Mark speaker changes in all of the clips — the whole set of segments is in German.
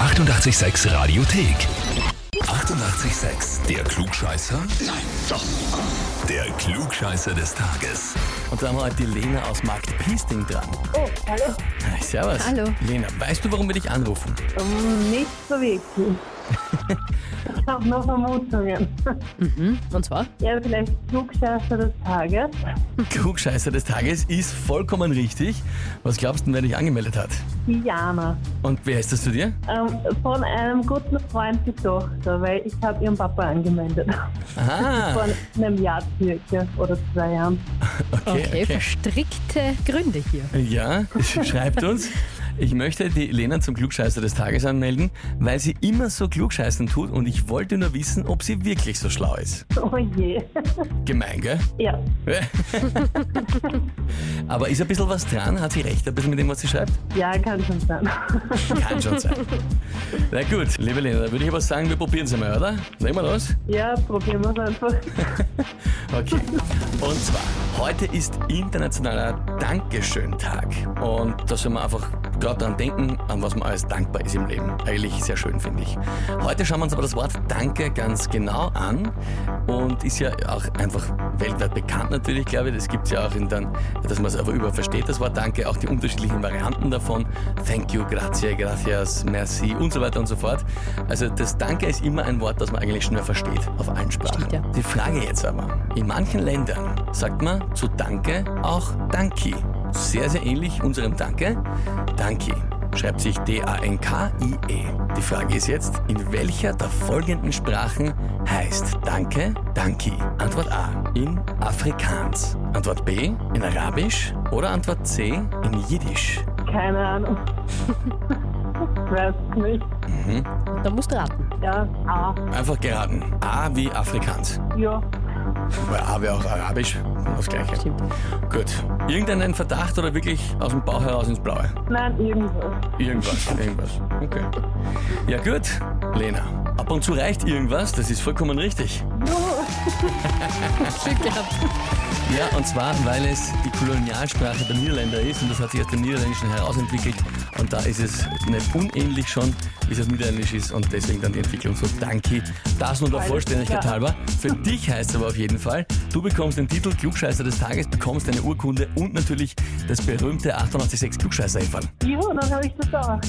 Speaker 1: 886 Radiothek. 88,6. Der Klugscheißer? Nein, doch. Der Klugscheißer des Tages.
Speaker 2: Und da haben wir heute die Lena aus Markt Piesting dran.
Speaker 3: Oh, hallo.
Speaker 2: Hi, Servus.
Speaker 4: Hallo.
Speaker 2: Lena, weißt du, warum wir dich anrufen?
Speaker 3: Ähm, Nicht so wirklich. Ich habe nur Vermutungen.
Speaker 4: Und zwar?
Speaker 3: Ja, vielleicht Flugscheißer des Tages.
Speaker 2: Klugscheißer des Tages ist vollkommen richtig. Was glaubst du, denn, wer dich angemeldet hat?
Speaker 3: Diana.
Speaker 2: Und wer ist das zu dir?
Speaker 3: Ähm, von einem guten Freund die Tochter, weil ich habe ihren Papa angemeldet.
Speaker 2: Aha.
Speaker 3: Vor einem Jahr circa oder zwei Jahren.
Speaker 2: Okay,
Speaker 4: Okay, verstrickte Gründe hier.
Speaker 2: Ja, schreibt uns. Ich möchte die Lena zum Klugscheißer des Tages anmelden, weil sie immer so klugscheißen tut und ich wollte nur wissen, ob sie wirklich so schlau ist.
Speaker 3: Oh je.
Speaker 2: Gemein, gell?
Speaker 3: Ja,
Speaker 2: Aber ist ein bisschen was dran? Hat sie recht, ein bisschen mit dem, was sie schreibt?
Speaker 3: ja, kann schon sein.
Speaker 2: Kann schon sein. Na gut, liebe Lena, dann würde ich aber sagen, wir probieren es einmal, oder? Nehmen wir los?
Speaker 3: Ja, probieren wir es einfach.
Speaker 2: Okay. Und zwar, heute ist internationaler Dankeschön-Tag. Und da soll man einfach gerade dran denken, an was man alles dankbar ist im Leben. Eigentlich sehr schön, finde ich. Heute schauen wir uns aber das Wort Danke ganz genau an und ist ja auch einfach weltweit bekannt natürlich, glaube ich. Das gibt es ja auch in dann, dass man es einfach überall versteht, das Wort Danke, auch die unterschiedlichen Varianten davon. Thank you, grazie, gracias, merci und so weiter und so fort. Also das Danke ist immer ein Wort, das man eigentlich schnell versteht auf allen Sprachen.
Speaker 4: Stimmt, ja.
Speaker 2: Die Frage jetzt aber, in manchen Ländern sagt man zu Danke auch Danki. Sehr, sehr ähnlich unserem Danke. Danki schreibt sich D-A-N-K-I-E. E. Die Frage ist jetzt, in welcher der folgenden Sprachen heißt Danke Danki? Antwort A, in Afrikaans. Antwort B, in Arabisch. Oder Antwort C, in Jiddisch.
Speaker 3: Keine Ahnung. Weiß nicht.
Speaker 4: Da musst du raten.
Speaker 3: Ja, ah,
Speaker 2: Einfach geraten. A wie Afrikaans.
Speaker 3: ja.
Speaker 2: Weil A wäre auch Arabisch. Das Gleiche.
Speaker 4: Stimmt.
Speaker 2: Gut. Irgendeinen Verdacht oder wirklich aus dem Bauch heraus ins Blaue?
Speaker 3: Nein, irgendwas.
Speaker 2: Irgendwas, irgendwas. Okay. Ja gut, Lena. Ab und zu reicht irgendwas, das ist vollkommen richtig.
Speaker 4: Glück gehabt.
Speaker 2: Ja, und zwar, weil es die Kolonialsprache der Niederländer ist und das hat sich aus dem Niederländischen herausentwickelt und da ist es nicht unähnlich schon, wie es auf Niederländisch ist und deswegen dann die Entwicklung so Danke. Das nur der
Speaker 3: Alles
Speaker 2: Vollständigkeit
Speaker 3: klar.
Speaker 2: halber. Für dich heißt es aber auf jeden Fall, du bekommst den Titel Klugscheißer des Tages, bekommst deine Urkunde und natürlich das berühmte 886 klugscheißer -Eferl.
Speaker 3: Juhu, dann habe ich das auch.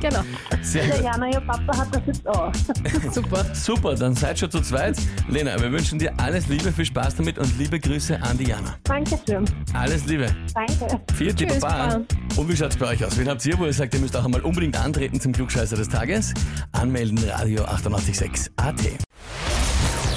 Speaker 4: Genau.
Speaker 2: Sehr
Speaker 3: Der Jana, ihr Papa oh, hat das jetzt auch.
Speaker 4: Super.
Speaker 2: Super, dann seid schon zu zweit. Lena, wir wünschen dir alles Liebe, viel Spaß damit und liebe Grüße an Diana.
Speaker 3: Dankeschön.
Speaker 2: Alles Liebe.
Speaker 3: Danke.
Speaker 2: Viel
Speaker 4: Tschüss,
Speaker 2: Baba. Und wie schaut's bei euch aus? Wen habt ihr, wo ihr sagt, ihr müsst auch einmal unbedingt antreten zum Klugscheißer des Tages? Anmelden Radio 886 AT.